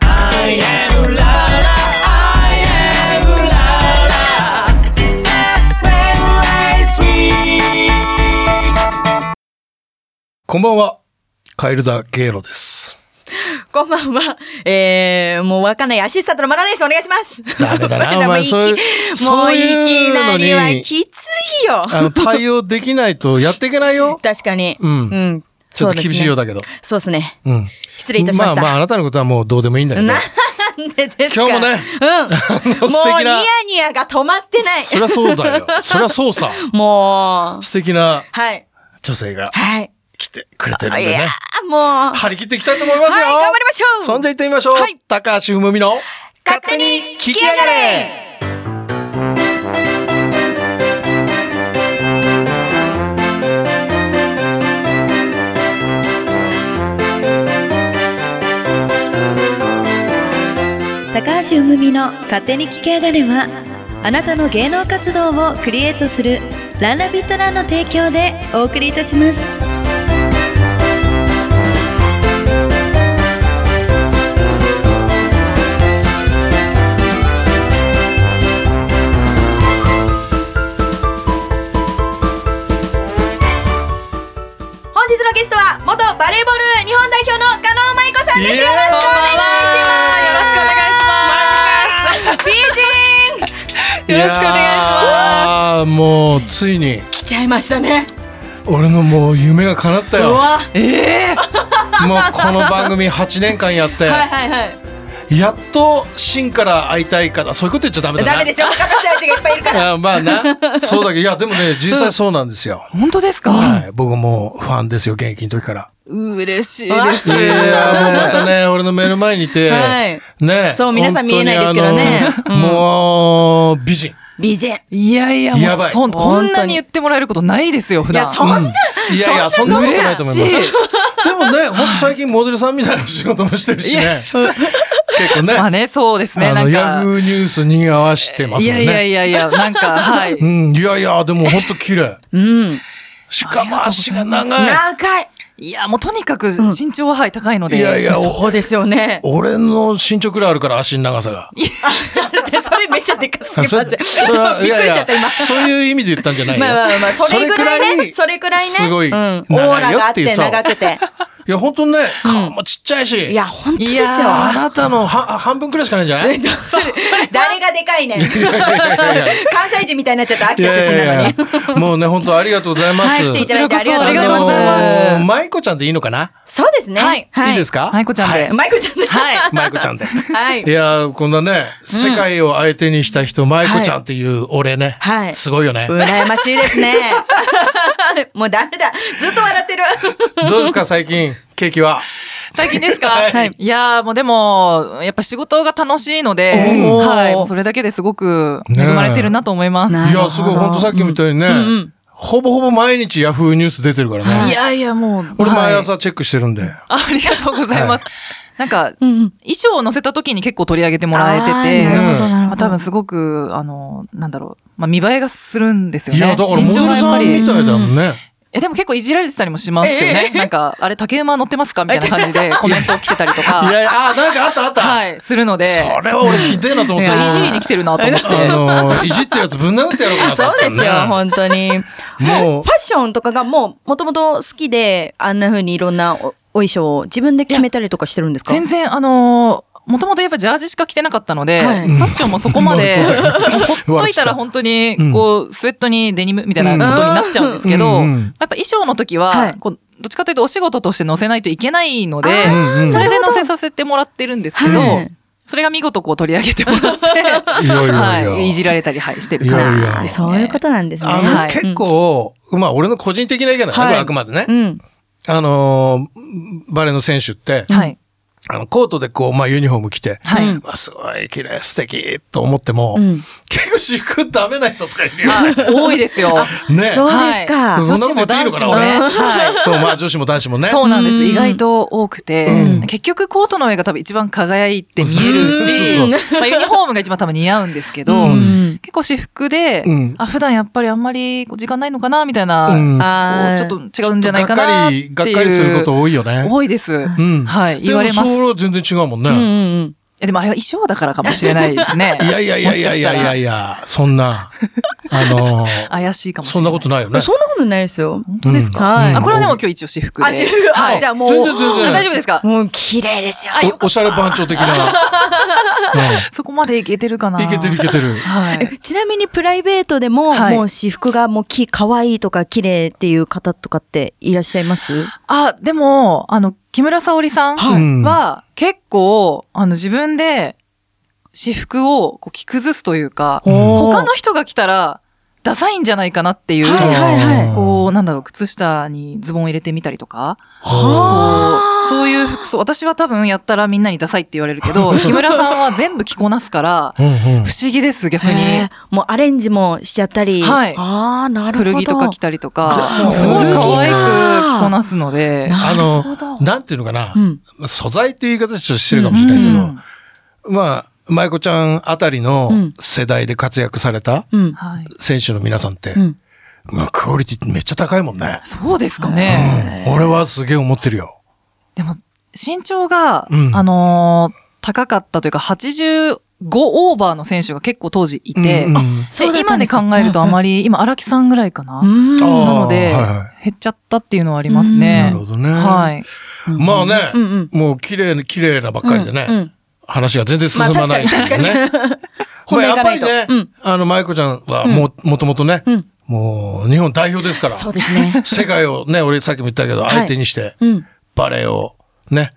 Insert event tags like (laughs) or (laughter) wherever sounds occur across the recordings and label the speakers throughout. Speaker 1: I am la la I am la la FM
Speaker 2: こんばんは。カエルダ・ゲイロです。
Speaker 3: こんばんは。えー、もうわかんないアシスタントのマナです。お願いします。
Speaker 2: ダメだな
Speaker 3: これ (laughs) で
Speaker 2: お前
Speaker 3: もいき
Speaker 2: そういう
Speaker 3: も
Speaker 2: そう
Speaker 3: うい
Speaker 2: いう
Speaker 3: き
Speaker 2: の
Speaker 3: な
Speaker 2: に
Speaker 3: りはきついよ。。
Speaker 2: あの、対応できないとやっていけないよ
Speaker 3: 確かに。
Speaker 2: うん
Speaker 3: うん。
Speaker 2: ちょっと厳しいよう
Speaker 3: だ。
Speaker 2: だけど。
Speaker 3: そうですね。
Speaker 2: うん。
Speaker 3: 失礼いたしました。
Speaker 2: あまあ、あなたのことはもうどうでもいいんだけど。
Speaker 3: なんでですか
Speaker 2: 今日もね
Speaker 3: うん。も
Speaker 2: の
Speaker 3: う
Speaker 2: (laughs) 素敵
Speaker 3: ニ
Speaker 2: な
Speaker 3: ヤニヤが止まってない。
Speaker 2: そりゃそうだ
Speaker 3: (laughs)
Speaker 2: よ。そりゃそうさ。
Speaker 3: もう。
Speaker 2: 素敵な
Speaker 3: はい。
Speaker 2: 女性が
Speaker 3: はい。
Speaker 2: 来てくれてるんで
Speaker 3: いや
Speaker 2: ね。
Speaker 3: ーもう。
Speaker 2: 張り切っていきたいと思いますよ。
Speaker 3: はい頑張りましょう
Speaker 2: そんじゃ行ってみましょう。
Speaker 3: はい
Speaker 2: 高橋文美の
Speaker 3: 勝手に聞きやがれ
Speaker 4: 高橋うむみの勝手に聞きやがれはあなたの芸能活動をクリエイトするランラビットランの提供でお送りいたします
Speaker 3: 本日のゲストは元バレーボール日本代表の加納舞子さんです。
Speaker 2: イエーイ
Speaker 3: よ
Speaker 2: よ
Speaker 3: ろしくお願いします。よろしくお願いします。美人
Speaker 2: ろしくお願いします。もう、ついに、
Speaker 3: 来ちゃいましたね。
Speaker 2: 俺のもう夢が叶った
Speaker 3: う
Speaker 2: よ。
Speaker 3: わ。
Speaker 2: もうこの番組8年間やって、
Speaker 3: はいはいはい。
Speaker 2: やっと真から会いたいから、そういうこと言っちゃダメだな。
Speaker 3: ダメですよ。他の人たちがいっぱいいるから。
Speaker 2: あまあな。そうだけど、いや、でもね、実際そうなんですよ。
Speaker 5: 本当ですか、
Speaker 2: はい。僕もうファンですよ、現役の時から。
Speaker 5: う嬉しいです。
Speaker 2: いや、もうまたね、俺の目の前にいて、
Speaker 3: はい
Speaker 2: ね。
Speaker 3: そう皆さん見えないですけどね
Speaker 2: 本当にあのもう、美人。
Speaker 3: 美人。
Speaker 5: いやいや、も
Speaker 2: や
Speaker 5: う
Speaker 2: ばい
Speaker 5: そん、こんなに言ってもらえることないですよ、普
Speaker 3: いや
Speaker 5: 段。
Speaker 3: そんな、
Speaker 2: いやいや、そんなことないと思います。
Speaker 5: 嬉しい
Speaker 2: でもね、ほんと最近モデルさんみたいな仕事もしてるし
Speaker 5: (laughs)
Speaker 2: ね。結構ね。
Speaker 5: まあね、そうですね、
Speaker 2: あ
Speaker 5: な
Speaker 2: の、
Speaker 5: ん
Speaker 2: ヤ
Speaker 5: か。
Speaker 2: フーニュースに合わせてます
Speaker 5: い
Speaker 2: もん
Speaker 5: や
Speaker 2: ね。
Speaker 5: いや
Speaker 2: (laughs)
Speaker 5: いやいや、なんか、はい。
Speaker 2: うん、いやいや、でも本当綺麗。
Speaker 3: うん。
Speaker 2: しかも足が長い。
Speaker 3: 長い。
Speaker 5: いや、もうとにかく身長は、はい、高いので。
Speaker 2: いやいや、お
Speaker 3: そうですよね。
Speaker 2: 俺の身長くらいあるから、足の長さが。
Speaker 3: で (laughs) それめっちゃでかすぎま
Speaker 2: そ
Speaker 3: せ
Speaker 2: れ
Speaker 3: ん。(laughs) びっくり
Speaker 2: それは、いやい
Speaker 3: しちゃ
Speaker 2: や
Speaker 3: った今。、
Speaker 2: そういう意味で言ったんじゃないよ。
Speaker 3: まあまあまあ、それぐらいね。それくらいね。
Speaker 2: すごい、
Speaker 3: うん。オー
Speaker 2: 長い
Speaker 3: ラ
Speaker 2: よ
Speaker 3: があ
Speaker 2: っ
Speaker 3: って
Speaker 2: いう
Speaker 3: て
Speaker 2: さ
Speaker 3: 長くて。
Speaker 2: いや、本当にね、顔もちっちゃいし。
Speaker 3: いや、本当です
Speaker 5: い
Speaker 3: よ。
Speaker 5: や
Speaker 2: あなたのは半分くらいしかないんじゃないい
Speaker 3: (laughs) 誰がでかいねん。関西人みたいになっちゃった秋田
Speaker 2: や
Speaker 3: 出
Speaker 2: い
Speaker 3: 身な
Speaker 2: や
Speaker 3: の
Speaker 2: い
Speaker 3: に。
Speaker 2: や、もうね、本当ありがとうございます。
Speaker 3: はい、来ていただいてありがとうござい
Speaker 5: こちらこそありがとうござい
Speaker 3: ま。
Speaker 5: ますす
Speaker 2: もう舞子ちゃんでいいのかな、
Speaker 3: そうですね。
Speaker 5: はい
Speaker 2: い、いですか
Speaker 5: 舞子ちゃんで。
Speaker 3: マイコちゃんです。
Speaker 5: はい
Speaker 2: 舞子ちゃんで。
Speaker 3: は
Speaker 2: (laughs)
Speaker 3: い
Speaker 2: い。やー、こんなね、世界を相手にした人、舞子ちゃんっていう俺ね。
Speaker 3: はい
Speaker 2: すごいよね。
Speaker 3: 羨ましいですね。もうダメだ。ずっと笑ってる。
Speaker 2: (laughs) どうですか、最近、ケーキは。
Speaker 5: 最近ですか、
Speaker 2: はい
Speaker 5: い、やーもうでも、やっぱ仕事が楽しいので、
Speaker 3: おー
Speaker 5: はい、もうそれだけですごく恵まれてるなと思います。
Speaker 3: ね
Speaker 2: い
Speaker 3: なる
Speaker 2: や、
Speaker 3: ほど
Speaker 2: すごい、ほんとさっきみたいにね、ほぼほぼ毎日ヤフーニュース出てるからね。
Speaker 5: いやいや、もう。
Speaker 2: 俺
Speaker 5: はい
Speaker 2: 毎朝チェックしてるんで。
Speaker 5: ありがとうございます。なんか、衣装を載せた時に結構取り上げてもらえてて、
Speaker 2: あーなるほど
Speaker 3: なるほど
Speaker 5: まあ多分すごく、あの、なんだろう、まあ見栄えがするんですよ
Speaker 2: い
Speaker 5: ね。
Speaker 2: や、だからモ
Speaker 5: 身
Speaker 2: デ
Speaker 5: 長
Speaker 2: ル
Speaker 5: がやっ
Speaker 2: さ
Speaker 5: ぱ
Speaker 2: ん
Speaker 5: り。
Speaker 2: み
Speaker 5: い
Speaker 2: たいだもんね。
Speaker 5: や、でも結構いじられてたりもしますよね。なんか、あれ竹馬乗ってますかみたいな感じでコメント来てたりと
Speaker 2: い
Speaker 5: か、
Speaker 2: やいや、あ、なんかあったあった。
Speaker 5: はい、するので、
Speaker 2: それは俺ひでえなと思っ
Speaker 5: い
Speaker 2: た
Speaker 5: や
Speaker 2: よ
Speaker 5: いじりに来てるなと思って。
Speaker 2: あの、いじってるやつぶん殴ってやろうかなと
Speaker 3: そ
Speaker 2: 思っ
Speaker 3: う
Speaker 2: た
Speaker 3: ですよ、
Speaker 2: ね
Speaker 3: 本当に。フ
Speaker 2: もう
Speaker 3: ァッションとかがもう、もともと好きで、あんな風にいろんなおお衣装を自分で決めたりとかしてるんですか
Speaker 5: 全然、あのもともとやっぱジャージしか着てなかったので、
Speaker 3: はい
Speaker 5: ファッションもそこまで、
Speaker 2: そうだよ
Speaker 5: もうほっといたら本当に
Speaker 2: うん、
Speaker 5: こう、スウェットにデニムみたいなことになっちゃうんですけど、
Speaker 2: うんうん
Speaker 5: やっぱ衣装の時は、
Speaker 3: はい
Speaker 5: こうどっちかというとお仕事として載せないといけないので
Speaker 2: あー、
Speaker 5: それで載せさせてもらってるんですけど、
Speaker 3: はい
Speaker 5: それが見事こう取り上げてもらって、
Speaker 2: い (laughs) やいやいや
Speaker 5: はい、いじられたり、はい、してる感じ
Speaker 2: いやいや
Speaker 5: ですね。
Speaker 3: そういうことなんですね。
Speaker 2: あ
Speaker 5: は
Speaker 2: の、
Speaker 5: い
Speaker 2: 結構、まあ俺の個人的な意見だね、こ
Speaker 5: はい
Speaker 2: れあくまでね
Speaker 3: う。ん。
Speaker 2: あのー、バレーの選手って、
Speaker 5: はい。
Speaker 2: あの、コートでこう、まあユニフォーム着て、
Speaker 5: はい。
Speaker 3: うん
Speaker 2: まあすごい綺麗、素敵と思っても
Speaker 3: うん、
Speaker 2: 結構私服ダメな人とかいるよ
Speaker 5: あ多いですよ。
Speaker 2: ね。
Speaker 3: そう
Speaker 2: ね
Speaker 3: ですか
Speaker 5: はい女子も男子もね。
Speaker 2: そんなこと言っていいのかな
Speaker 5: はい。
Speaker 2: そう、まあ女子も男子もね。
Speaker 5: そうなんで
Speaker 3: う
Speaker 5: す。
Speaker 3: ん
Speaker 5: 意外と多くて、結局コートの上が多分一番輝いて見えるし
Speaker 2: そうそう、
Speaker 5: まあユニフォームが一番多分似合うんですけど、
Speaker 3: ん
Speaker 5: 結構私服で、
Speaker 2: うん
Speaker 5: あ、普段やっぱりあんまりこう時間ないのかな、みたいな、
Speaker 2: うん
Speaker 5: こう
Speaker 3: あー
Speaker 5: ちょっと違うんじゃないかなっていう。
Speaker 2: がっかり、がっかりすること多いよね。
Speaker 5: 多いです。
Speaker 2: うん
Speaker 5: はい、言われま
Speaker 2: でもそれ
Speaker 5: す。
Speaker 2: は全然違うもんね。
Speaker 3: うんうんうん。
Speaker 5: やでもあれは衣装だからかもしれないですね
Speaker 2: (laughs) 。いやいやいやいやいやいやい
Speaker 5: や。
Speaker 2: や、そんな、あのー、
Speaker 5: 怪しいかもしれ
Speaker 2: そ
Speaker 5: ない。
Speaker 2: んなことないよね。
Speaker 3: そんなことないですよ。
Speaker 5: 本当ですか、
Speaker 3: うんはい
Speaker 5: あ、これはでも今日一応私服で。
Speaker 3: あ、
Speaker 5: はい。
Speaker 3: じゃあもう。
Speaker 2: 全然全然。
Speaker 5: 大丈夫ですか
Speaker 3: もう綺麗ですよ。
Speaker 2: おおしゃれ番長的な。
Speaker 5: そこまでいけてるか
Speaker 2: う
Speaker 5: なん
Speaker 2: いけてるいけてる。
Speaker 5: はい。
Speaker 3: ちなみにプライベートでも、
Speaker 5: はい
Speaker 3: もう私服がもうき、可愛いとか綺麗っていう方とかっていらっしゃいます
Speaker 5: あ、でも、あの、木村沙織さん
Speaker 2: い
Speaker 5: は、結構、あの、自分で、私服をこう着崩すというか、他の人が着たら、ダサいんじゃないかなっていう、
Speaker 3: はいはいはい
Speaker 5: こう、なんだろう、靴下にズボン入れてみたりとか、
Speaker 3: は
Speaker 5: そういう服装、私は多分やったらみんなにダサいって言われる
Speaker 3: (laughs)
Speaker 5: けど、木村さんは全部着こなすから、
Speaker 2: うんうん
Speaker 5: 不思議です、逆
Speaker 3: へ
Speaker 5: に
Speaker 3: ー。もうアレンジもしちゃったり。
Speaker 5: はい
Speaker 3: ああ、なるほど。
Speaker 5: 古着とか着たりとか、
Speaker 2: あ
Speaker 5: すごい
Speaker 2: 古着か
Speaker 5: 可愛く着こなすので、
Speaker 2: あ
Speaker 3: なるほど
Speaker 2: の、なんていうのかな
Speaker 3: う。ん。
Speaker 2: 素材っていう言い方ちょっとしてるかもしれないけど、まあ、舞子ちゃんあたり
Speaker 3: う
Speaker 2: の
Speaker 3: ん
Speaker 2: 世代で活躍された
Speaker 3: うん。
Speaker 5: はい。
Speaker 2: 選手の皆さんって
Speaker 3: うん、
Speaker 2: まあ、クオリティめっちゃ高いもんね。
Speaker 5: そうですか
Speaker 2: う
Speaker 5: ね。
Speaker 2: ん俺はすげえ思ってるよ。
Speaker 5: でも、身長が、
Speaker 2: うん
Speaker 5: あのー高かったというか、85オーバーの選手が結構当時いて、
Speaker 2: うんう
Speaker 5: あ
Speaker 2: ん
Speaker 3: そうだ
Speaker 5: で
Speaker 3: った
Speaker 5: 今
Speaker 3: んで
Speaker 5: です
Speaker 3: か
Speaker 5: 考えるとあまり、今、荒木さんぐらいかな。
Speaker 3: うん
Speaker 2: あー
Speaker 5: なの
Speaker 2: は
Speaker 5: で、
Speaker 2: いは
Speaker 5: 減っちゃったっていうのはありま
Speaker 2: い
Speaker 5: すね。
Speaker 2: なるほどね。
Speaker 5: はい。
Speaker 2: まあね
Speaker 3: うんうん、
Speaker 2: もう綺麗な、綺麗なばっかりで
Speaker 3: うんう
Speaker 2: ね
Speaker 3: ん、
Speaker 2: 話が全然進まないですよね。 (laughs) まあ
Speaker 3: 褒め
Speaker 2: やっ
Speaker 3: が
Speaker 2: ぱ
Speaker 3: な
Speaker 2: り
Speaker 3: いと
Speaker 2: ね
Speaker 3: うん、
Speaker 2: あの、舞子ちゃんはもう、もともとね
Speaker 3: うん、
Speaker 2: もう日本代表ですから、
Speaker 3: そうです (laughs) ね。
Speaker 2: 世界をね、俺さっきも言ったけど、
Speaker 3: い
Speaker 2: 相手にして、
Speaker 3: うん。
Speaker 2: バレエをね、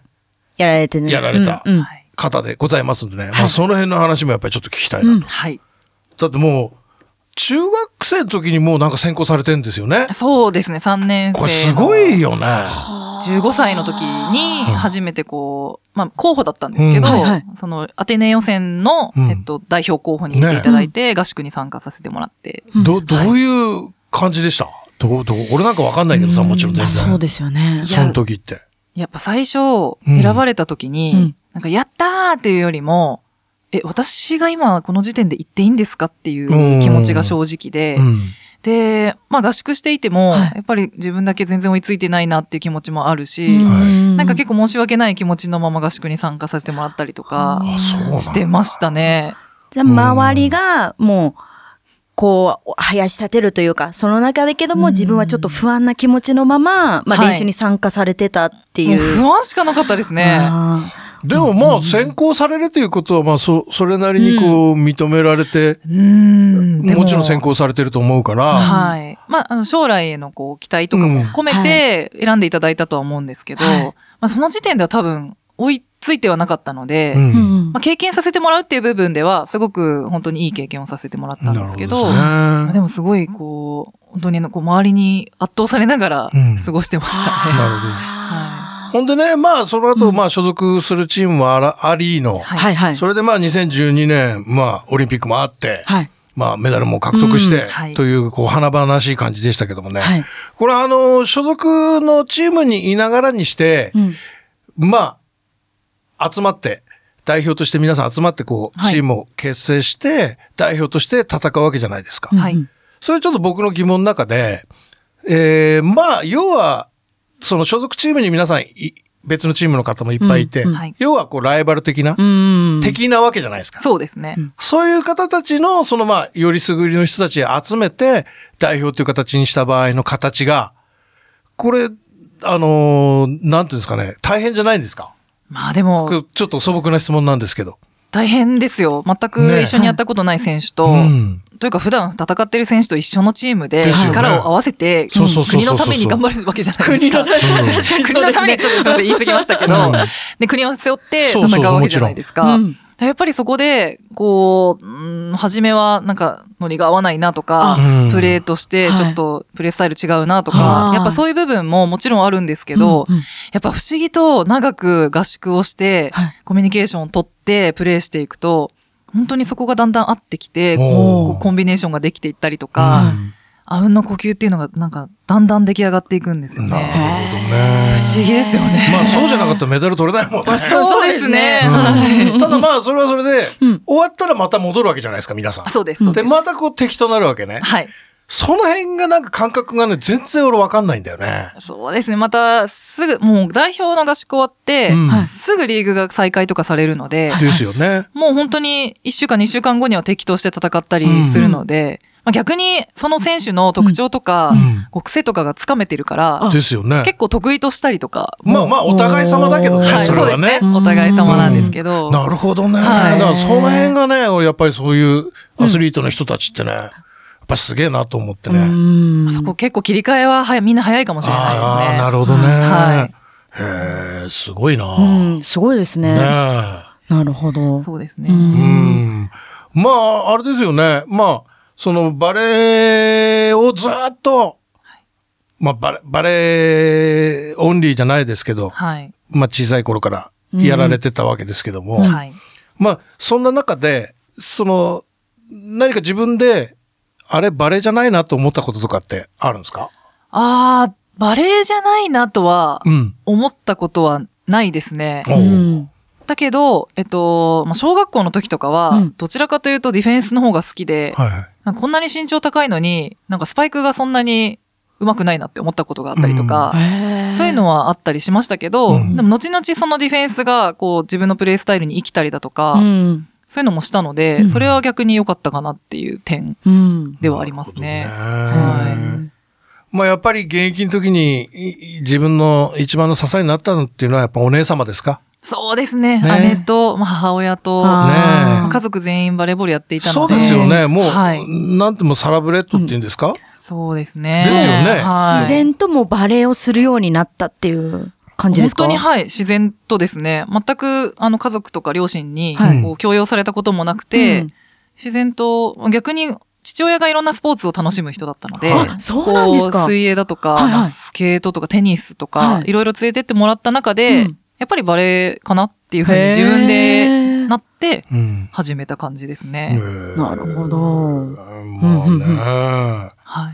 Speaker 3: やられてね。
Speaker 2: やられた
Speaker 3: うんうん
Speaker 5: はい
Speaker 2: 方でございますんでね、まあその辺の話もやっぱりちょっと聞きたいなと。
Speaker 5: はい。
Speaker 2: だってもう、中学生の時にもうなんか選考されてるんですよね。
Speaker 5: そうですね、3年生。
Speaker 2: これすごいよね。
Speaker 5: 15歳の時に初めてこう、まあ、候補だったんですけど、
Speaker 2: うん
Speaker 3: はいはい
Speaker 5: そのアテネ予選の、
Speaker 2: うん
Speaker 5: えっと、代表候補に行っていただいて、合宿に参加させてもらって。
Speaker 2: ど、どういう感じでしたどう、どう、俺なんかわかんないけどさ、もちろん全
Speaker 3: あそう
Speaker 2: 然。
Speaker 3: ですよね。
Speaker 5: い
Speaker 2: そ
Speaker 5: や
Speaker 2: の時って。
Speaker 5: やっぱ最初、
Speaker 2: うん
Speaker 5: 選ばれた時に、
Speaker 3: うん
Speaker 5: なんか、やったーっていうよりも、え、私が今この時点で行っていいんですかっていう気持ちが正直で、
Speaker 2: うん。
Speaker 5: で、まあ合宿していても、
Speaker 3: はい
Speaker 5: やっぱり自分だけ全然追いついてないなっていう気持ちもあるし、
Speaker 2: ん
Speaker 3: な
Speaker 5: なんか結構申し訳ない気持ちのまま合宿に参加させてもらったりとか
Speaker 2: あ、そうなんだ
Speaker 5: してましたね。
Speaker 3: じゃあ周りがもう、こう、林立てるというか、その中だけども自分はちょっと不安な気持ちのまま、まあ
Speaker 5: はい
Speaker 3: 練習に参加されてたってい
Speaker 5: もう
Speaker 3: う。
Speaker 5: 不安しかなかったですね。
Speaker 3: あ
Speaker 2: でもまあ選考されるということはまあそ、それなりにこう認められて、
Speaker 5: うん。で
Speaker 2: もちろん選。考されてると思うから、
Speaker 5: はい。まあ、あの、将来へのこう、期待とかも込めて選んでいただいたとは思うんですけど、
Speaker 3: はい
Speaker 5: まあ、その時点では多分、追いついてはなかったので、
Speaker 2: う
Speaker 3: ー
Speaker 2: ん
Speaker 3: うん
Speaker 5: まあ、経験させてもらうっていう部分では、すごく本当にいい経験をさせてもらったんですけど、
Speaker 2: なるほどですね
Speaker 5: でもすごい、こう、本当にあのこう周りに圧倒されながら
Speaker 2: うん
Speaker 5: 過ごしてましたね。
Speaker 2: なるほど。
Speaker 5: は
Speaker 2: ほんでね、まあその後、まあ所属するチームもあらありの、
Speaker 5: はい
Speaker 3: はいはい。
Speaker 2: それでまあ2012年、まあオリンピックもあって、
Speaker 3: はい。
Speaker 2: まあメダルも獲得して
Speaker 5: うんはい、
Speaker 2: という、こう、華々しい感じでしたけどもね。
Speaker 3: はい
Speaker 2: これあの、所属のチームにいながらにして、
Speaker 3: うん
Speaker 2: まあ、集まって、代表として皆さん集まってこう、
Speaker 5: はい
Speaker 2: チームを結成して、代表として戦うわけじゃないですか。
Speaker 5: い。はい。
Speaker 2: それちょっと僕の疑問の中で、えー、まあ、要は、その所属チームに皆さんい、別のチームの方もいっぱいいて、
Speaker 3: うん
Speaker 5: はい
Speaker 2: 要はこう、ライバル的な、
Speaker 3: うん。
Speaker 2: 敵なわけじゃないですか。
Speaker 5: そうですね。
Speaker 2: そういう方たちの、そのまあ、よりすぐりの人たちを集めて、代表という形にした場合の形が、これ、あのーなんていうんですかね、大変じゃないんですか
Speaker 5: まあでも、
Speaker 2: 僕ちょっと素朴な質問なんですけど。
Speaker 5: 大変ですよ。全く
Speaker 2: ね
Speaker 5: 一緒にやったことない選手と、
Speaker 2: うん
Speaker 5: というか普段戦ってる選手と一緒のチームで
Speaker 2: ですよね
Speaker 5: 力を合わせて、
Speaker 2: そうそうそう
Speaker 5: 国
Speaker 2: そ
Speaker 5: の
Speaker 2: うそう
Speaker 5: ために頑張るわけじゃないですか。国のために、国のためにちょっとすみません、言い過ぎましたけ
Speaker 2: う
Speaker 5: ど
Speaker 2: ん、
Speaker 5: で国を背負って
Speaker 2: そうそうそう
Speaker 5: 戦うわけじゃないですか
Speaker 3: もち。
Speaker 5: やっぱりそこで、こう、うん初めはなんかノリが合わないなとか
Speaker 2: うん、
Speaker 5: プレーとしてちょっとプレースタイル違うなとか
Speaker 3: は、い
Speaker 5: やっぱそういう部分ももちろんあるんですけど、やっぱ不思議と長く合宿をして
Speaker 3: はい、
Speaker 5: コミュニケーションを取ってプレーしていくと、本当にそこがだんだん合ってきて、
Speaker 2: おー
Speaker 5: こうコンビネーションができていったりと
Speaker 2: う
Speaker 5: か、
Speaker 2: ん
Speaker 5: あうんの呼吸っていうのがなんかだんだん出来上がっていくんですよね。
Speaker 2: なるほどね。
Speaker 5: 不思議ですよね。
Speaker 2: まあ、そうじゃなかったらメダル取れないもんね。
Speaker 5: そうですね。
Speaker 2: うん
Speaker 5: はい
Speaker 2: ただまあ、それはそれで、終わったらまた戻るわけじゃないですか、皆さん
Speaker 5: あ。そうです。そう
Speaker 2: で、
Speaker 5: です
Speaker 2: またこう敵となるわけね。
Speaker 5: はい。
Speaker 2: その辺がなんか感覚がね、全然俺わかんないんだよね。
Speaker 5: そうですね。また、すぐ、もう代表の合宿終わって、
Speaker 2: うん
Speaker 5: はいすぐリーグが再開とかされるので、
Speaker 2: ですよね。
Speaker 5: もう本当に1週間、2週間後には敵として戦った
Speaker 2: うん
Speaker 5: りするので、まあ、逆にその選手の特徴とか、
Speaker 2: うん
Speaker 5: こう癖とかがつかめてるから、
Speaker 2: ですよね。
Speaker 5: 結構得意としたりとかも。
Speaker 2: まあまあ、お互い様だけどね、
Speaker 5: はい、
Speaker 2: それ
Speaker 5: そうで
Speaker 2: は
Speaker 5: す
Speaker 2: ね
Speaker 5: ね。。お互い様なんですけど。
Speaker 2: なるほどね。
Speaker 5: はい
Speaker 2: だからその辺がね、俺やっぱりそういうアスリートの人たちってね、やっぱすげえなと思ってね。
Speaker 5: あそこ結構切り替えは、はい、みんな早いかもしれないですね。
Speaker 2: ああ、なるほどね。
Speaker 5: は
Speaker 2: へえ、すごいな。
Speaker 3: うん、すごいですね。
Speaker 2: ねえ。
Speaker 3: なるほど。
Speaker 5: そうです
Speaker 3: う
Speaker 5: ね。
Speaker 3: ん
Speaker 2: まあ、あれですよね。まあ、そのバレエをずーっと、まあ、バレ、バレエオンリーじゃないですけど、
Speaker 5: はい。
Speaker 2: まあ、小さい頃からやられてたわけですけども、
Speaker 5: はい。
Speaker 2: まあ、そんな中で、その、何か自分で、あれ、バレエじゃないなと思ったこととかってあるんですか
Speaker 5: ああ、バレエじゃないなとは、
Speaker 2: ん。
Speaker 5: 思ったことはないですね。
Speaker 2: おう
Speaker 3: うん
Speaker 5: だけど、えっと、まあ、小学校の時とかは、
Speaker 3: うん
Speaker 5: どちらかというとディフェンスの方が好きで、
Speaker 2: はいはい。
Speaker 5: なんかこんなに身長高いのに、なんかスパイクがそんなに上手くないなって思ったことがあったりとか、
Speaker 3: へー
Speaker 5: そういうのはあったりしましたけど、
Speaker 2: うん
Speaker 5: でも後々そのディフェンスがこう自分のプレイスタイルに生きたりだとか、
Speaker 3: うん。
Speaker 5: そういうのもしたので、
Speaker 3: うん
Speaker 5: それは逆に良かったかなっていう点
Speaker 3: うん。
Speaker 5: ではありますね。
Speaker 2: はい。まあやっぱり現役の時にい自分の一番の支えになったのっていうのはやっぱお姉様ですか
Speaker 5: そうですね。
Speaker 2: ね
Speaker 5: 姉と、まあ、母親と、
Speaker 3: あー
Speaker 2: ね
Speaker 5: まあ家族全員バレーボールやっていた
Speaker 2: そ
Speaker 5: の
Speaker 2: う
Speaker 5: で。
Speaker 2: ですよね。もう、
Speaker 5: はい
Speaker 2: なんてもうサラブレッドっていうんですか、
Speaker 5: そうですね。
Speaker 2: ですよね
Speaker 5: はい
Speaker 3: 自然ともうバレエをするようになったっていう感じですか
Speaker 5: 本当にはい、自然とですね、全くあの家族とか両親に
Speaker 3: はい
Speaker 5: こう強要されたこともなくて、
Speaker 3: うん
Speaker 5: 自然と、逆に父親がいろんなスポーツを楽しむ人だったので、
Speaker 2: はい
Speaker 3: あ、そうなんです
Speaker 5: こう
Speaker 3: か。
Speaker 5: 水泳だとか、
Speaker 3: はいはい
Speaker 5: まあスケートとかテニスとか、
Speaker 3: はい
Speaker 5: い、ろいろ連れてってもらった中で、
Speaker 3: うん
Speaker 5: やっぱりバレエかなっていうふうに自分で
Speaker 3: へー
Speaker 5: なって
Speaker 2: うん。
Speaker 5: 始めた感じですね。
Speaker 2: な
Speaker 3: なるほど。
Speaker 2: まあね。
Speaker 3: うんうん
Speaker 5: はい。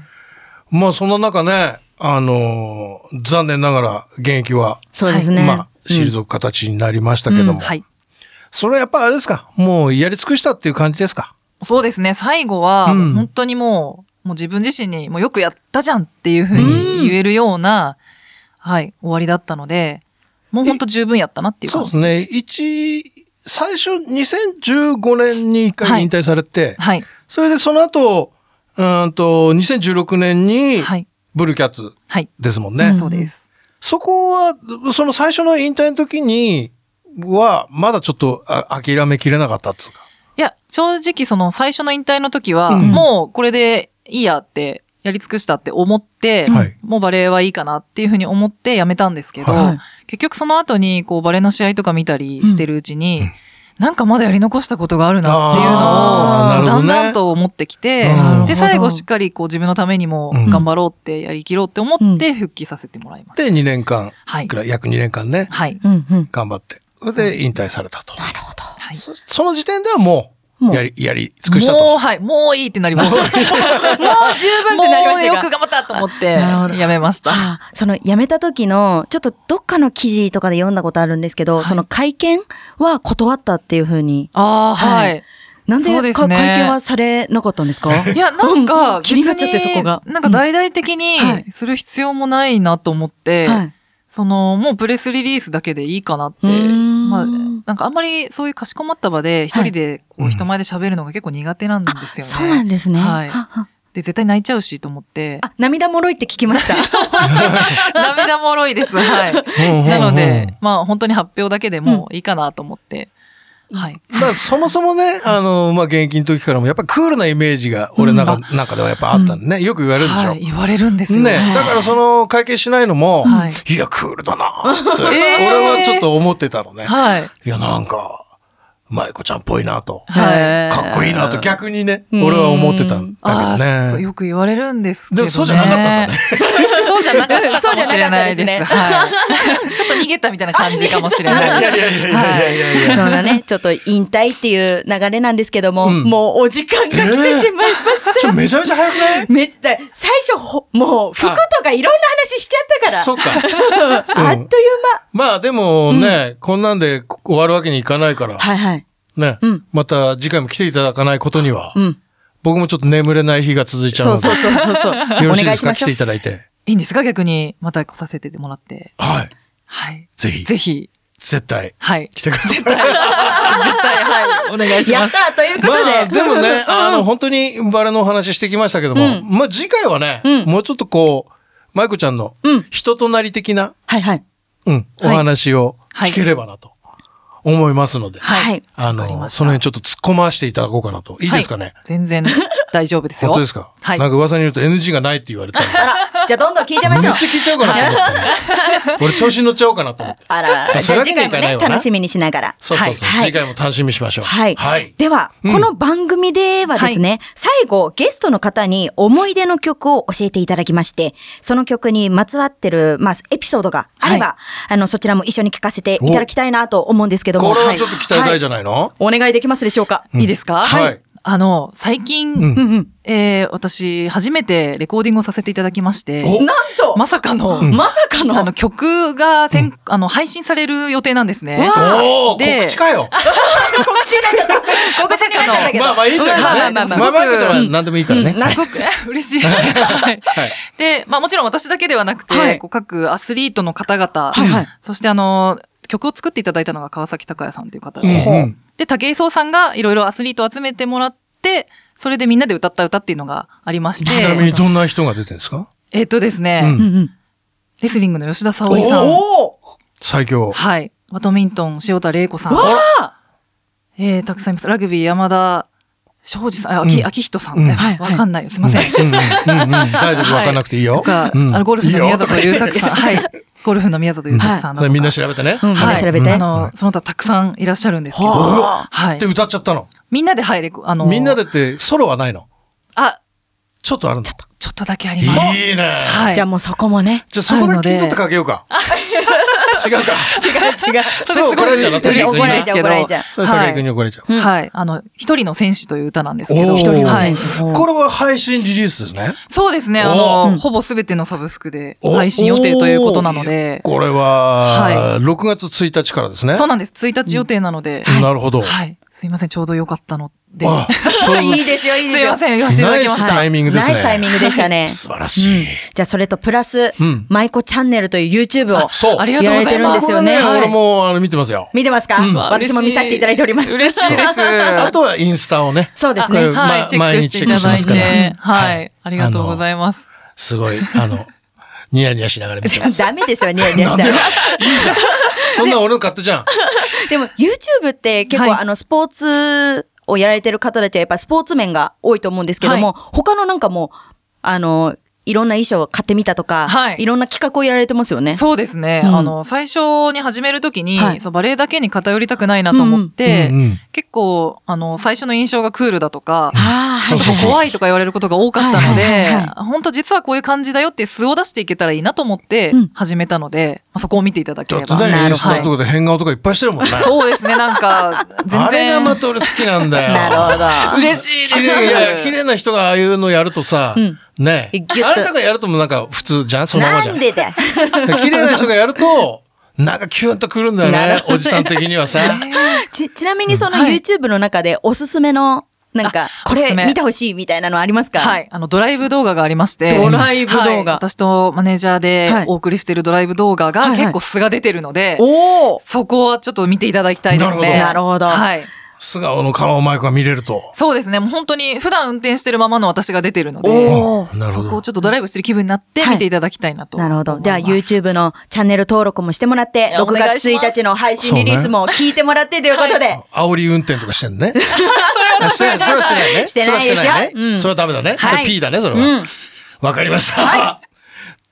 Speaker 2: まあそんな中ね、あのー残念ながら現役は、
Speaker 3: そうですね。
Speaker 2: まあ、退く形になりましたけども。
Speaker 5: うんはい。
Speaker 2: それはやっぱあれですかもうやり尽くしたっていう感じですか
Speaker 5: そうですね。最後は、
Speaker 2: うん
Speaker 5: 本当にもう、もう自分自身に、もうよくやったじゃんっていうふうに言えるような、はい、終わりだったので、もう本当十分やったなっていう
Speaker 2: そう
Speaker 5: 感
Speaker 2: で
Speaker 5: じ。
Speaker 2: すね。一、最初2015年に一
Speaker 5: はい
Speaker 2: 回引退されて、
Speaker 5: はい。
Speaker 2: それでその後、うーんと、2016年に
Speaker 5: はい。
Speaker 2: ブルーキャッツ
Speaker 5: はい。
Speaker 2: ですもんね。
Speaker 5: そうです。
Speaker 2: そこは、その最初の引退の時には、まだちょっとあ諦めきれなかったっつうか。
Speaker 5: いや、正直その最初の引退の時は、
Speaker 2: うん
Speaker 5: もうこれでいいやって、やり尽くしたって思って、
Speaker 2: はい
Speaker 5: もうバレエはいいかなっていうふうに思ってやめたんですけど、
Speaker 2: はい
Speaker 5: 結局その後にこうバレエの試合とか見たりしてるうちに、なんかまだやり残したことがあるなっていうのを、
Speaker 2: あーなる
Speaker 5: だ
Speaker 2: ほど
Speaker 5: ん
Speaker 2: ね
Speaker 5: だんと思ってきて、
Speaker 2: うん
Speaker 5: で、最後しっかりこう自分のためにも
Speaker 2: うん
Speaker 5: 頑張ろうってやりきろうって思って復帰させてもらいました。
Speaker 2: で、2年間
Speaker 5: はい
Speaker 2: く。らい、約2年間ね、
Speaker 5: はい。
Speaker 3: うんうん。
Speaker 2: 頑張って。それで引退されたと。
Speaker 3: なるほど。
Speaker 5: はい
Speaker 2: そその時点ではも
Speaker 3: も
Speaker 2: う、
Speaker 3: う
Speaker 2: やり、やり尽くした
Speaker 5: もう、
Speaker 2: と。
Speaker 5: はい。もういいってなりました。もう十分
Speaker 3: ってなりましたが
Speaker 5: よく頑張ったと思って、
Speaker 3: なるほど
Speaker 5: やめました。
Speaker 3: あその辞めた時の、ちょっとどっかの記事とかで読んだことあるんですけど、
Speaker 5: はい
Speaker 3: その会見は断ったっていうふうに。
Speaker 5: ああ、は
Speaker 3: はい
Speaker 5: い。
Speaker 3: なんで
Speaker 5: そうです
Speaker 3: か
Speaker 5: ね
Speaker 3: 会見はされなかったんですか
Speaker 5: いや、なん
Speaker 3: う
Speaker 5: か、
Speaker 3: ん気になっちゃってそこが
Speaker 5: 別になんか大々的に
Speaker 3: うんはい
Speaker 5: する必要もないなと思って、
Speaker 3: はい
Speaker 5: その、もうプレスリリースだけでいいかなって。
Speaker 3: うーん
Speaker 5: まあ、なんかあんまりそういうかしこまった場で一人でこ
Speaker 2: は
Speaker 5: う
Speaker 2: い
Speaker 5: 人前で喋るのが結構苦手なんですよね。
Speaker 3: そうなんですね。
Speaker 5: はい
Speaker 3: はは
Speaker 5: で、絶対泣いちゃうしと思って。
Speaker 3: あ、涙もろいって聞きま (laughs) した。
Speaker 5: 涙もろいで
Speaker 3: (laughs)
Speaker 5: す。はい。
Speaker 2: うんうんうん
Speaker 5: なので、まあ本当に発表だけでもいいかなと思って。はい。
Speaker 2: だからそもそもね、あの、まあ、現役の時からもやっぱクールなイメージが俺の中,、
Speaker 5: うん
Speaker 2: 中ではやっぱあったんでね。よく言われるでしょ。
Speaker 5: はい。言われるんですよね。
Speaker 2: ね、だからその会見しないのも、、
Speaker 5: はい
Speaker 2: や、クールだなって、
Speaker 5: えー
Speaker 2: 俺はちょっと思ってたのね。
Speaker 5: はい。
Speaker 2: いや、なんか、舞子ちゃんっぽいなと、
Speaker 5: は
Speaker 2: かっこいいなと逆にね、
Speaker 3: ん
Speaker 2: 俺は思ってたんだ
Speaker 5: あー
Speaker 2: け
Speaker 5: そ
Speaker 2: ど
Speaker 5: う
Speaker 2: ね。
Speaker 5: よく言われるんですけ
Speaker 2: で
Speaker 5: ど、
Speaker 2: も
Speaker 5: ね。
Speaker 2: そうじゃなかったんだね
Speaker 5: そう。そうじゃなかったかもしれないで
Speaker 3: そうじ
Speaker 5: す。
Speaker 3: ゃな
Speaker 5: はい。ちょっと逃げたみたいな感じかもしれない。
Speaker 2: いやいやいやいやいやいやい
Speaker 3: そう
Speaker 2: や。
Speaker 3: だ (laughs) ね。ちょっと引退っていう流れなんですけども、
Speaker 2: うん
Speaker 3: もうお時間が来てしまいました。
Speaker 2: ちょ、めちゃめちゃ早くない
Speaker 3: めっちゃ、最初ほ、もう服とかいろんな話しちゃったから。
Speaker 2: そうか。
Speaker 3: (laughs) あっという
Speaker 2: まあでもね、こんなんで終わるわけにいかないから、
Speaker 3: 間。はいはい。
Speaker 2: ね、
Speaker 3: うん
Speaker 2: また次回も来ていただかないことには、
Speaker 3: うん。
Speaker 2: 僕もちょっと眠れない日が続いちゃう
Speaker 3: そ
Speaker 2: の
Speaker 3: う
Speaker 2: で、
Speaker 3: そうそうそうそう。
Speaker 2: よろ
Speaker 3: お
Speaker 2: しいで
Speaker 3: 願い
Speaker 2: す
Speaker 3: し
Speaker 2: か
Speaker 3: ま
Speaker 2: 来
Speaker 3: してょ。
Speaker 2: いうただいて。
Speaker 5: いいんですか逆に、また来させてもらって。
Speaker 2: はい。
Speaker 5: はい。
Speaker 2: ぜひ、
Speaker 5: ぜひ、
Speaker 2: 絶対、
Speaker 5: はい。
Speaker 2: 来てください。
Speaker 5: 絶対、はい。お願いし
Speaker 3: や
Speaker 5: ま
Speaker 3: っ
Speaker 5: す。
Speaker 3: たーということ
Speaker 2: まあ、
Speaker 3: で。
Speaker 2: でも
Speaker 3: (laughs)
Speaker 2: ね、あの、本当にバレのお話してきましたけども、まあ次回はね、
Speaker 3: うん
Speaker 2: もうちょっとこう、舞子ちゃんの
Speaker 3: うん
Speaker 2: 人となり的な、
Speaker 3: はいはい。
Speaker 2: うん、お
Speaker 5: はい
Speaker 2: 話を
Speaker 5: はい
Speaker 2: 聞ければなと思いますので、
Speaker 3: はい。
Speaker 2: あ
Speaker 5: わかりま
Speaker 2: の、
Speaker 5: した
Speaker 2: その辺ちょっと突っ込ましていただこうかなと。いいですかね、
Speaker 5: 全然大丈夫ですよ。
Speaker 2: 本当ですか、
Speaker 5: はい
Speaker 2: なんか噂によると NG がないって言われたんで。
Speaker 3: じゃあどんどん聞いちゃい
Speaker 2: めっち
Speaker 3: ましょ
Speaker 2: ゃ
Speaker 3: う。
Speaker 2: 聞いちゃおうかなと思
Speaker 3: (laughs)
Speaker 2: って。俺調子に乗っちゃおうかなと思って。
Speaker 3: あ
Speaker 2: まあ
Speaker 3: ら、じ
Speaker 2: そ
Speaker 3: ゃ
Speaker 2: れだ
Speaker 3: あ
Speaker 2: け
Speaker 3: 次
Speaker 2: でい
Speaker 3: 回
Speaker 2: い
Speaker 3: も
Speaker 2: かな
Speaker 3: ね、楽しみにしながら。
Speaker 2: そうそうそう。
Speaker 3: はい
Speaker 2: 次回も楽しみにしましょう。
Speaker 3: はい。
Speaker 2: はい。
Speaker 3: では、
Speaker 2: うん
Speaker 3: この番組ではですね、最後、ゲストの方に思い出の曲を教えていただきまして、その曲にまつわってる、まあ、エピソードがあれば、
Speaker 5: は
Speaker 3: あの、そちらも一緒に聞かせていただきたいなと思うんですけども。
Speaker 2: これはちょっと期待大じゃないの、
Speaker 3: お願いできますでしょうか、
Speaker 5: いいですか
Speaker 2: はい。
Speaker 5: あの、最近、
Speaker 2: うん
Speaker 3: うんうん。
Speaker 5: えー私、初めてレコーディングをさせていただきまして、
Speaker 2: お
Speaker 3: なんと、
Speaker 5: まさかの、
Speaker 2: ん
Speaker 3: まさかの、
Speaker 5: あの、曲がせん、あの、配信される予定なんですね。
Speaker 3: うわ
Speaker 2: おお
Speaker 5: で
Speaker 2: 告知かよ
Speaker 3: 告知になっちゃった。告知になっちゃったけど。
Speaker 2: まあまあいいんだけどね。
Speaker 5: まあ
Speaker 2: ま
Speaker 5: ま
Speaker 2: あ
Speaker 5: あ
Speaker 2: まあ
Speaker 5: まあまあ
Speaker 2: まあちゃんは何でもいいからね。
Speaker 5: すごく嬉しい。 (laughs) はい
Speaker 2: はい。
Speaker 5: で、まあもちろん私だけではなくて、
Speaker 3: はい
Speaker 5: こう各アスリートの方々、
Speaker 3: はいはい
Speaker 5: そしてあの、曲を作っていただいたのが川崎隆也さんという方で、
Speaker 2: うん
Speaker 5: で、武井壮さんがいろいろアスリートを集めてもらって、それでみんなで歌った歌っていうのがありまして、
Speaker 2: ちなみにどんな人が出てるんですか
Speaker 5: えっとですね、
Speaker 2: うん
Speaker 3: うんうん
Speaker 5: レスリングの吉田沙保里さん、
Speaker 3: おー
Speaker 2: 最強。
Speaker 5: はい、バドミントン塩田玲子さん、
Speaker 3: わ
Speaker 5: えー、たくさんいます。ラグビー山田庄司さん、あ、秋、
Speaker 2: うん
Speaker 5: 秋人さん、
Speaker 2: うん
Speaker 5: えわかんない。すいません。
Speaker 2: うんうんうんうん大丈夫、わかんなくていいよ
Speaker 5: と。か、
Speaker 2: うん
Speaker 5: あの、ゴルフ
Speaker 2: いい
Speaker 5: の
Speaker 2: よ
Speaker 5: 宮里優作さん。
Speaker 2: とか
Speaker 5: はい。ゴルフの宮里優作さん
Speaker 2: そ
Speaker 5: だと
Speaker 2: れ
Speaker 5: か。
Speaker 2: みんな調べてね。
Speaker 3: うん
Speaker 5: はい
Speaker 3: 調べて
Speaker 5: あの、その他たくさんいらっしゃるんですけど。
Speaker 2: は
Speaker 5: はい
Speaker 2: で、。歌っちゃったの。
Speaker 5: みんなで入れ、あの、
Speaker 2: みんなでって、ソロはないの
Speaker 5: あ、
Speaker 2: ちょっとあるんだ。
Speaker 5: ちょっとだけあります。
Speaker 2: いいね。
Speaker 5: はい。
Speaker 3: じゃあもうそこもね。
Speaker 2: じゃあそこだけ聞いとってかけようか。違う
Speaker 5: (laughs)
Speaker 2: か。
Speaker 3: 違う。
Speaker 5: それす
Speaker 2: (laughs) そ
Speaker 5: ご
Speaker 2: う怒ら
Speaker 5: く
Speaker 2: れちゃう
Speaker 5: 嬉しいですけど。
Speaker 3: 怒られちゃう怒られちゃう
Speaker 2: それ武井君に怒られちゃう。
Speaker 5: はいはい。あの、一人の戦士という歌なんですけ
Speaker 2: お
Speaker 5: ど。
Speaker 2: ー一人の
Speaker 5: はい
Speaker 2: 戦これは配信リリースですね。
Speaker 5: そうですね。あの、ほぼすべてのサブスクで
Speaker 2: お
Speaker 5: 配信予定ということなので。
Speaker 2: これ
Speaker 5: は
Speaker 2: は、6月1日からですね。
Speaker 5: そうなんです。1日予定なので。
Speaker 2: うんなるほど
Speaker 5: はい。すいません。ちょうど良かったので。
Speaker 2: あそういう
Speaker 3: いいですよ、いいですす
Speaker 5: い
Speaker 3: よ
Speaker 5: ま。せん。言わせていただきまし
Speaker 2: ナイス
Speaker 5: た。
Speaker 2: タイミングですね
Speaker 3: ナイスタイミングでしたね。
Speaker 2: 素晴らしい。
Speaker 3: じゃあそれとプラス
Speaker 2: うん、
Speaker 3: 舞子チャンネルという YouTube を
Speaker 2: そう。
Speaker 5: ありがとうござい
Speaker 3: やられてるん
Speaker 5: ま
Speaker 3: です
Speaker 5: す。
Speaker 3: よね
Speaker 2: これ
Speaker 5: はい
Speaker 2: 俺もあの見てますよ。
Speaker 3: 見てますか
Speaker 2: うん
Speaker 3: 私も見させていただいております。
Speaker 5: 嬉しいです。
Speaker 3: (laughs)
Speaker 2: あとはインスタをね。
Speaker 3: そうです
Speaker 2: こ
Speaker 3: ね
Speaker 2: れ。
Speaker 3: は
Speaker 2: ま
Speaker 5: はい、チェックしてい
Speaker 2: 毎日チ
Speaker 5: ただい
Speaker 2: ェックします
Speaker 5: て。
Speaker 2: から
Speaker 5: は
Speaker 2: はい
Speaker 5: い。ありがとうございます。
Speaker 2: すごい、あの、ニヤニヤしながら見て
Speaker 5: (laughs)
Speaker 2: ます。
Speaker 3: ダメですよ、ニヤニヤし
Speaker 2: で
Speaker 3: た
Speaker 2: もいい
Speaker 3: ら。
Speaker 2: じゃん。そんなの俺の勝手
Speaker 5: (laughs)
Speaker 2: じゃん。
Speaker 3: でも YouTube って結構
Speaker 5: はい
Speaker 3: あのスポーツをやられてる方たちはやっぱスポーツ面が多いと思うんですけども、他のなんかもう、あの、いろんな衣装を買ってみたとか、、
Speaker 5: はいい
Speaker 3: ろんな企画をやられてますよね。
Speaker 5: そうですね。
Speaker 3: うん
Speaker 5: あの、最初に始めるときに、
Speaker 3: はい
Speaker 5: そうバレエだけに偏りたくないなと思って、
Speaker 2: うんうん
Speaker 5: 結構、あの、最初の印象がクールだとか、
Speaker 3: あ
Speaker 5: ちょっと怖いとか言われることが多かったの
Speaker 3: はいはいはい
Speaker 5: で
Speaker 3: は、
Speaker 5: 本当実はこういう感じだよっていう素を出していけたらいいなと思って
Speaker 3: うん
Speaker 5: 始めたので、まあそこを見ていただけ
Speaker 2: ちょっ
Speaker 5: れ
Speaker 2: と
Speaker 5: ば。
Speaker 2: ね、
Speaker 3: な
Speaker 2: イン
Speaker 3: る
Speaker 2: ス
Speaker 3: ほど
Speaker 2: タとかで変顔とかいっぱいしてるもんね。
Speaker 5: そうですね、なんか、全
Speaker 2: あれが
Speaker 5: 然。
Speaker 2: また俺好きなんだ
Speaker 5: (laughs)
Speaker 2: よ。
Speaker 3: なるほど。
Speaker 5: 嬉しいです。
Speaker 2: 綺麗、 (laughs) いやいや、綺麗な人がああいうのやるとさ、
Speaker 3: ん
Speaker 2: ね
Speaker 3: ギュッと
Speaker 2: あれとかやるともうなんか普通じゃんそのままじゃ。
Speaker 3: なんんでだ
Speaker 2: 綺麗な人がやると、なんかキュンとくるんだよ
Speaker 3: なる
Speaker 2: ね
Speaker 3: ほ。どね
Speaker 2: おじさん的にはさ。
Speaker 3: (laughs) ち、ちなみにその
Speaker 5: はい
Speaker 3: YouTube の中でおすすめの、なんか、
Speaker 5: あ
Speaker 3: こ
Speaker 5: おす
Speaker 3: れ
Speaker 5: すめ
Speaker 3: 見てほしいみたいなのありますか
Speaker 5: はい。あの、ドライブ動画がありまして。
Speaker 3: ドライブ動画
Speaker 5: はい私とマネージャー
Speaker 3: はい
Speaker 5: でお送りしてるドライブ動画
Speaker 3: はい
Speaker 5: が
Speaker 3: はい
Speaker 5: 結構素が出てるので、
Speaker 3: おー
Speaker 5: そこはちょっと見ていただきたいですね。
Speaker 3: なるほどなるほど
Speaker 5: はい。
Speaker 2: 素顔のカラオマイクが見れると。
Speaker 5: そうですね。もう本当に普段運転してるままの私が出てるの
Speaker 3: お
Speaker 5: で、
Speaker 3: ー
Speaker 2: あなるほ
Speaker 5: そこ
Speaker 2: ど
Speaker 5: を。ちょっとドライブしてる気分になって
Speaker 3: はい
Speaker 5: 見ていただきたいなと思
Speaker 3: ないる
Speaker 5: ま
Speaker 3: ほど。
Speaker 5: す。
Speaker 3: では YouTube のチャンネル登録もしてもらって、
Speaker 5: いや
Speaker 3: 6
Speaker 5: お願い
Speaker 3: 月
Speaker 5: します
Speaker 3: 1日の配信リリースも聞いてもらってということで。
Speaker 2: 煽り運転とかしてん
Speaker 3: (laughs)
Speaker 2: のね。あしてない、それはしてないね。
Speaker 3: してな
Speaker 2: そ
Speaker 3: いですよ
Speaker 2: れはしてないね
Speaker 3: うん
Speaker 2: それはダメだね。
Speaker 3: はい
Speaker 2: それ P だね、それ
Speaker 3: うん
Speaker 2: は。わかりました。っ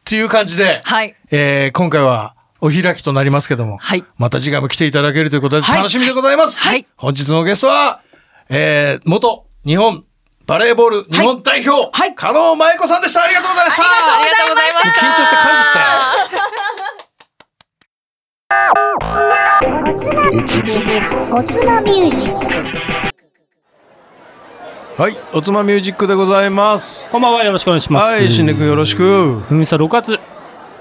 Speaker 2: ていう感じで、
Speaker 5: はい
Speaker 2: えー今回はお開きとなりますけども、
Speaker 5: はい
Speaker 2: また次回も来ていただけるということで
Speaker 5: はい
Speaker 2: 楽しみでございます。
Speaker 5: はい
Speaker 2: 本日のゲストは、えー元日本バレーボール日本代表、
Speaker 3: はい
Speaker 2: 加納舞子さんでした。ありがとうございました。
Speaker 5: ありがとうございました。
Speaker 2: 緊張して感じったよ。
Speaker 6: おつまミュージック
Speaker 2: はい、おつまミュージックでございます。
Speaker 7: こんばんは、よろしくお願いします。
Speaker 2: はい、しんねくんよろしく。
Speaker 7: ふみさん、6月。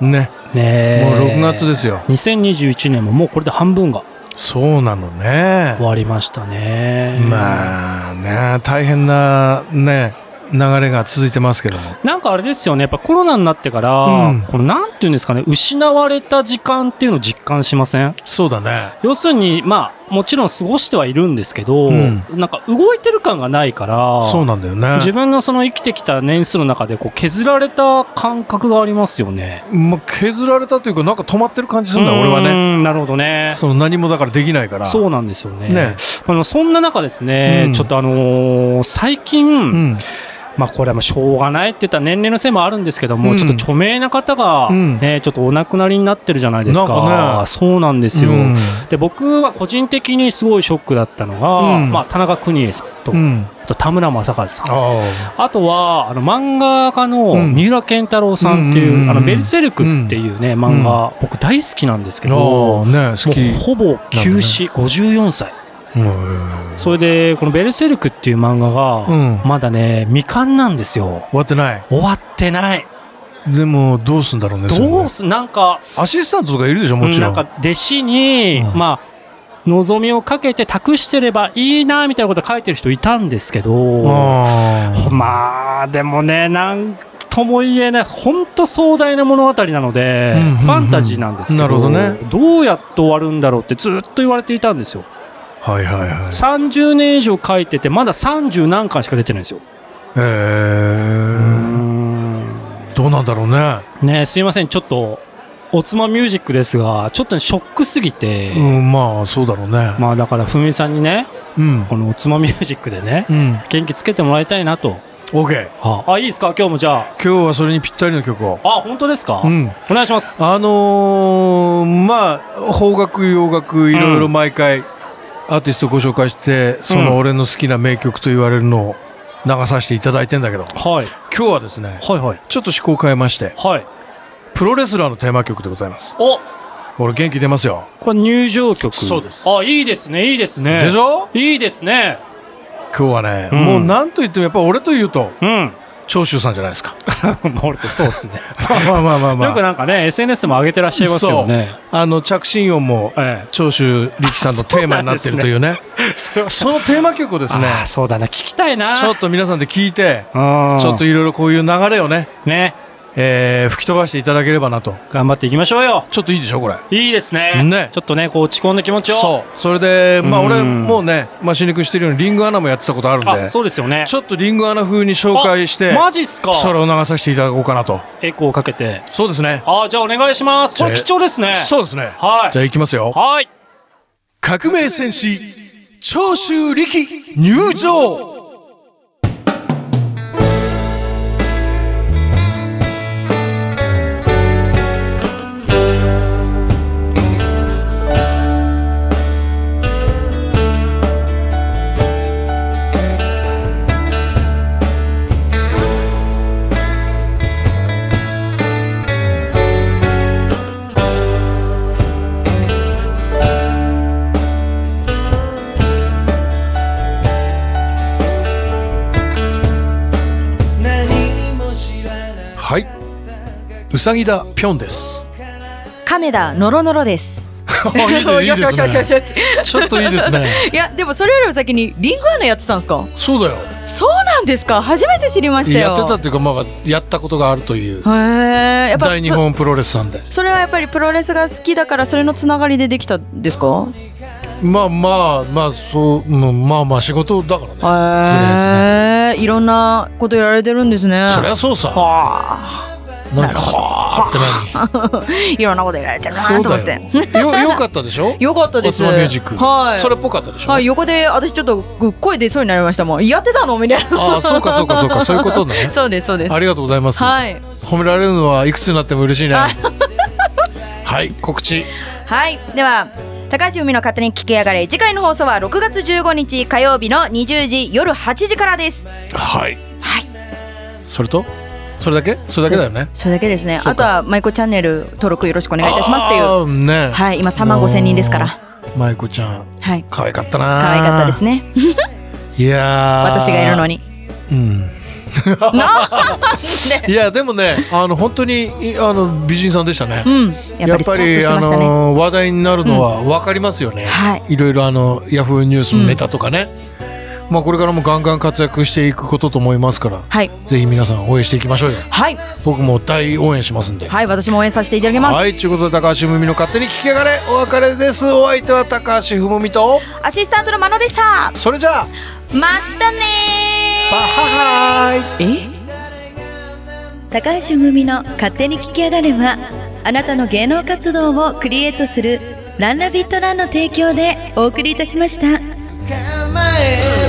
Speaker 2: ね、
Speaker 7: ねえ
Speaker 2: もう6月ですよ。
Speaker 7: 2021年ももうこれで半分が
Speaker 2: そうなのね。
Speaker 7: 終わりましたね。
Speaker 2: まあね、大変なね、流れが続いてますけども。
Speaker 7: なんかあれですよね、やっぱコロナになってから、
Speaker 2: うん
Speaker 7: このなんていうんですかね、失われた時間っていうのを実感しません
Speaker 2: そうだね。
Speaker 7: 要するに、まあ、もちろん過ごしてはいるんですけど、
Speaker 2: うん
Speaker 7: なんか動いてる感がないから、
Speaker 2: そうなんだよね。
Speaker 7: 自分のその生きてきた年数の中でこう削られた感覚がありますよね。
Speaker 2: まあ、削られたというか、なんか止まってる感じするんだよ、俺はね。
Speaker 7: ね。なるほどね。
Speaker 2: その何もだからできないから。
Speaker 7: そうなんですよね。
Speaker 2: ね
Speaker 7: あのそんな中ですね、
Speaker 2: うん
Speaker 7: ちょっとあのー最近、
Speaker 2: うん。
Speaker 7: まあこれはもうしょうがないって言ったら年齢のせいもあるんですけども、
Speaker 2: うん
Speaker 7: ちょっと著名な方が、
Speaker 2: うん
Speaker 7: ね、ちょっとお亡くなりになってるじゃないですか。
Speaker 2: なんかね
Speaker 7: そうなんですよ。
Speaker 2: うん
Speaker 7: で、僕は個人的にすごいショックだったのが、
Speaker 2: うん
Speaker 7: まあ田中邦衛さんと、
Speaker 2: うん。
Speaker 7: あと田村正和さん。
Speaker 2: あ
Speaker 7: あとは、あの、漫画家の
Speaker 2: うん
Speaker 7: 三浦健太郎さんっていう、
Speaker 2: うんうんうんうん
Speaker 7: あの、ベルセルクっていうね、漫画、僕大好きなんですけ
Speaker 2: あ。
Speaker 7: ど、
Speaker 2: ああ、
Speaker 7: も
Speaker 2: ね、
Speaker 7: う
Speaker 2: 好き。
Speaker 7: ほぼ休止、54歳。
Speaker 2: うん。
Speaker 7: それで、このベルセルクっていう漫画
Speaker 2: う
Speaker 7: が、
Speaker 2: ん。終
Speaker 7: まだね、未完なんですよ。
Speaker 2: わってない。
Speaker 7: 終わってない。
Speaker 2: でも、どうすんだろうね。それね
Speaker 7: どうす、なんか、
Speaker 2: アシスタントとかいるでしょ、もちろん。
Speaker 7: なんか弟子に、
Speaker 2: うん
Speaker 7: まあ、望みをかけて託してればいいな、みたいなこと書いてる人いたんですけど、
Speaker 2: ああ。
Speaker 7: まあ、でもね、なんとも言えない、本当壮大な物語なので、
Speaker 2: うんうんうん
Speaker 7: ファンタジーなんですけど
Speaker 2: なるほどね
Speaker 7: どうやって終わるんだろうってずっと言われていたんですよ。
Speaker 2: はいはいはい。
Speaker 7: 30年以上書いてて、まだ30何巻しか出てないんですよ。
Speaker 2: えー、どうなんだろうね。
Speaker 7: ねえすいません、ちょっと、おつまミュージックですが、ちょっとねショックすぎて、
Speaker 2: うん、まあ、そうだろうね。
Speaker 7: まあだから、ふみさんにね、
Speaker 2: うん。
Speaker 7: このおつまミュージックでね、
Speaker 2: うん。
Speaker 7: 元気つけてもらいたいなと。
Speaker 2: OK。
Speaker 7: あ、いいですか今日もじゃ
Speaker 2: 今日はそれにぴったりの曲を。
Speaker 7: あ。あ、本当ですか、
Speaker 2: うん。
Speaker 7: お願いします。
Speaker 2: あのーまあ、邦楽、洋楽、いろいろ毎回、アーティストご紹介して、その俺の好きな名曲と言われるのを流させていただいてんだけど、
Speaker 7: はい。
Speaker 2: 今日はですね、
Speaker 7: はいはい。
Speaker 2: ちょっと趣向を変えまして、
Speaker 7: はい。
Speaker 2: プロレスラーのテーマ曲でございます。
Speaker 7: お
Speaker 2: 俺元気出ますよ。
Speaker 7: これ入場曲。
Speaker 2: そうです
Speaker 7: あ、いいですね、いいですね。
Speaker 2: でしょ
Speaker 7: いいですね。
Speaker 2: 今日はね、
Speaker 7: うん
Speaker 2: もう何と言ってもやっぱ俺と言うと、 (laughs)
Speaker 7: うん。
Speaker 2: 長州さんじゃないですか。
Speaker 7: 守れてそうです (laughs) ね。
Speaker 2: まあまあまあまあ。
Speaker 7: よくなんかね、SNS でも上げてらっしゃいますよね。
Speaker 2: あの、着信音も、
Speaker 7: ええ。
Speaker 2: 長州力さんのテーマになってるというね。
Speaker 7: そ
Speaker 2: (laughs)
Speaker 7: う
Speaker 2: そのテーマ曲をですね、
Speaker 7: あーそうだな、聞きたいな。
Speaker 2: ちょっと皆さんで聞いて、
Speaker 7: うん
Speaker 2: ちょっといろいろこういう流れをね、
Speaker 7: ね、
Speaker 2: えー吹き飛ばしていただければなと。
Speaker 7: 頑張っていきましょうよ。
Speaker 2: ちょっといいでしょ、これ。
Speaker 7: いいですね。
Speaker 2: ね
Speaker 7: ちょっとね、こう落ち込んだ気持ちを。
Speaker 2: そう。それで、まあ
Speaker 7: うん
Speaker 2: 俺、もうね、まあ、死肉してるようにリングアナもやってたことあるん
Speaker 7: あ、
Speaker 2: で、
Speaker 7: そうですよね。
Speaker 2: ちょっとリングアナ風に紹介して、
Speaker 7: あマジっすか
Speaker 2: それを流させていただこうかなと。
Speaker 7: エコーかけて。
Speaker 2: そうですね。
Speaker 7: あー、じゃあお願いします。これ
Speaker 2: じゃあ
Speaker 7: 貴重ですね。
Speaker 2: そうですね。
Speaker 7: はい
Speaker 2: じゃあ行きますよ。
Speaker 7: はい。
Speaker 2: 革命戦士、長州力、入場はい。うさぎだぴょんです。
Speaker 7: (laughs)
Speaker 3: 亀田ノロノロです。
Speaker 2: いいですねいいですね
Speaker 3: しよし。
Speaker 2: ちょっといいですね。
Speaker 3: いや、でもそれよりも先にリングアナやってたんですか
Speaker 2: そうだよ。
Speaker 3: そうなんですか初めて知りました
Speaker 2: や
Speaker 3: よ。
Speaker 2: ってたっていうか、まあ、やったことがあるという。
Speaker 3: へえ、やっぱ
Speaker 2: 大日
Speaker 3: そ
Speaker 2: 本プロレスさんで。
Speaker 3: それはやっぱりプロレスが好きだからそれのつながりでできたんですか
Speaker 2: まあまあ、まあ、そう、うんまあまあ、仕事だからね。
Speaker 3: へえ、いろんなことやられてるんですね。
Speaker 2: そりゃそうさ。
Speaker 3: はあ、
Speaker 2: なんか、はあって何
Speaker 3: いろんなことやられてる
Speaker 2: そ
Speaker 3: な
Speaker 2: う
Speaker 3: と思っ
Speaker 2: だ
Speaker 3: て。
Speaker 2: よ。よ、よかったでしょ
Speaker 3: (laughs) よかった
Speaker 2: お
Speaker 3: です。
Speaker 2: つまミュージック。
Speaker 3: はい。
Speaker 2: それっぽかったでしょ
Speaker 3: はい、横で私ちょっと声出そうになりましたもん。やってたのみたいな。
Speaker 2: ああ、そうかそうかそう
Speaker 3: (laughs)
Speaker 2: か、そういうことね。
Speaker 3: そうです、そうです。
Speaker 2: ありがとうございます。
Speaker 3: はい。
Speaker 2: 褒められるのはいくつになっても嬉しいね。 (laughs) はい、告知。
Speaker 3: はい。では、高橋海の勝手に聞きやがれ。次回の放送は6月15日火曜日の20時夜8時からです。
Speaker 2: はい。それとそれだけそれだけだよね。
Speaker 3: それだけですね。
Speaker 2: そうか
Speaker 3: あとは、舞子チャンネル登録よろしくお願いいたしますっていう。
Speaker 2: あーね。
Speaker 3: はい。今3万5千人ですから。
Speaker 2: もう。舞子ちゃん、
Speaker 3: はい。
Speaker 2: 可愛かったな。
Speaker 3: 可愛かったですね。
Speaker 2: いやー
Speaker 3: 私がいるの。に。
Speaker 2: うん。 (laughs) いや、でもね、あの、本当に、いあの、美人さんでしたね。
Speaker 3: うん。やっぱりスラッとしてました
Speaker 2: やっぱりあ
Speaker 3: ね。
Speaker 2: の話題になるのは分かりますよね、、
Speaker 3: はい
Speaker 2: ろいろあのヤフーニュースのネタとかね、まあ、これからもガンガン活躍していくことと思いますから、
Speaker 3: はい。
Speaker 2: ぜひ皆さん応援していきましょうよ
Speaker 3: はい。
Speaker 2: 僕も大応援しますんで。
Speaker 3: はい。私も応援させていただきます。
Speaker 2: はい、ということで高橋文美の勝手に聞きやがれお別れですお相手は高橋文美と
Speaker 3: アシスタントのまのでした。
Speaker 2: それじゃあ
Speaker 3: またね
Speaker 2: バッハハイ
Speaker 4: 高橋むみの勝手に聞きやがれはあなたの芸能活動をクリエイトするランナビットランの提供でお送りいたしました。
Speaker 1: 構え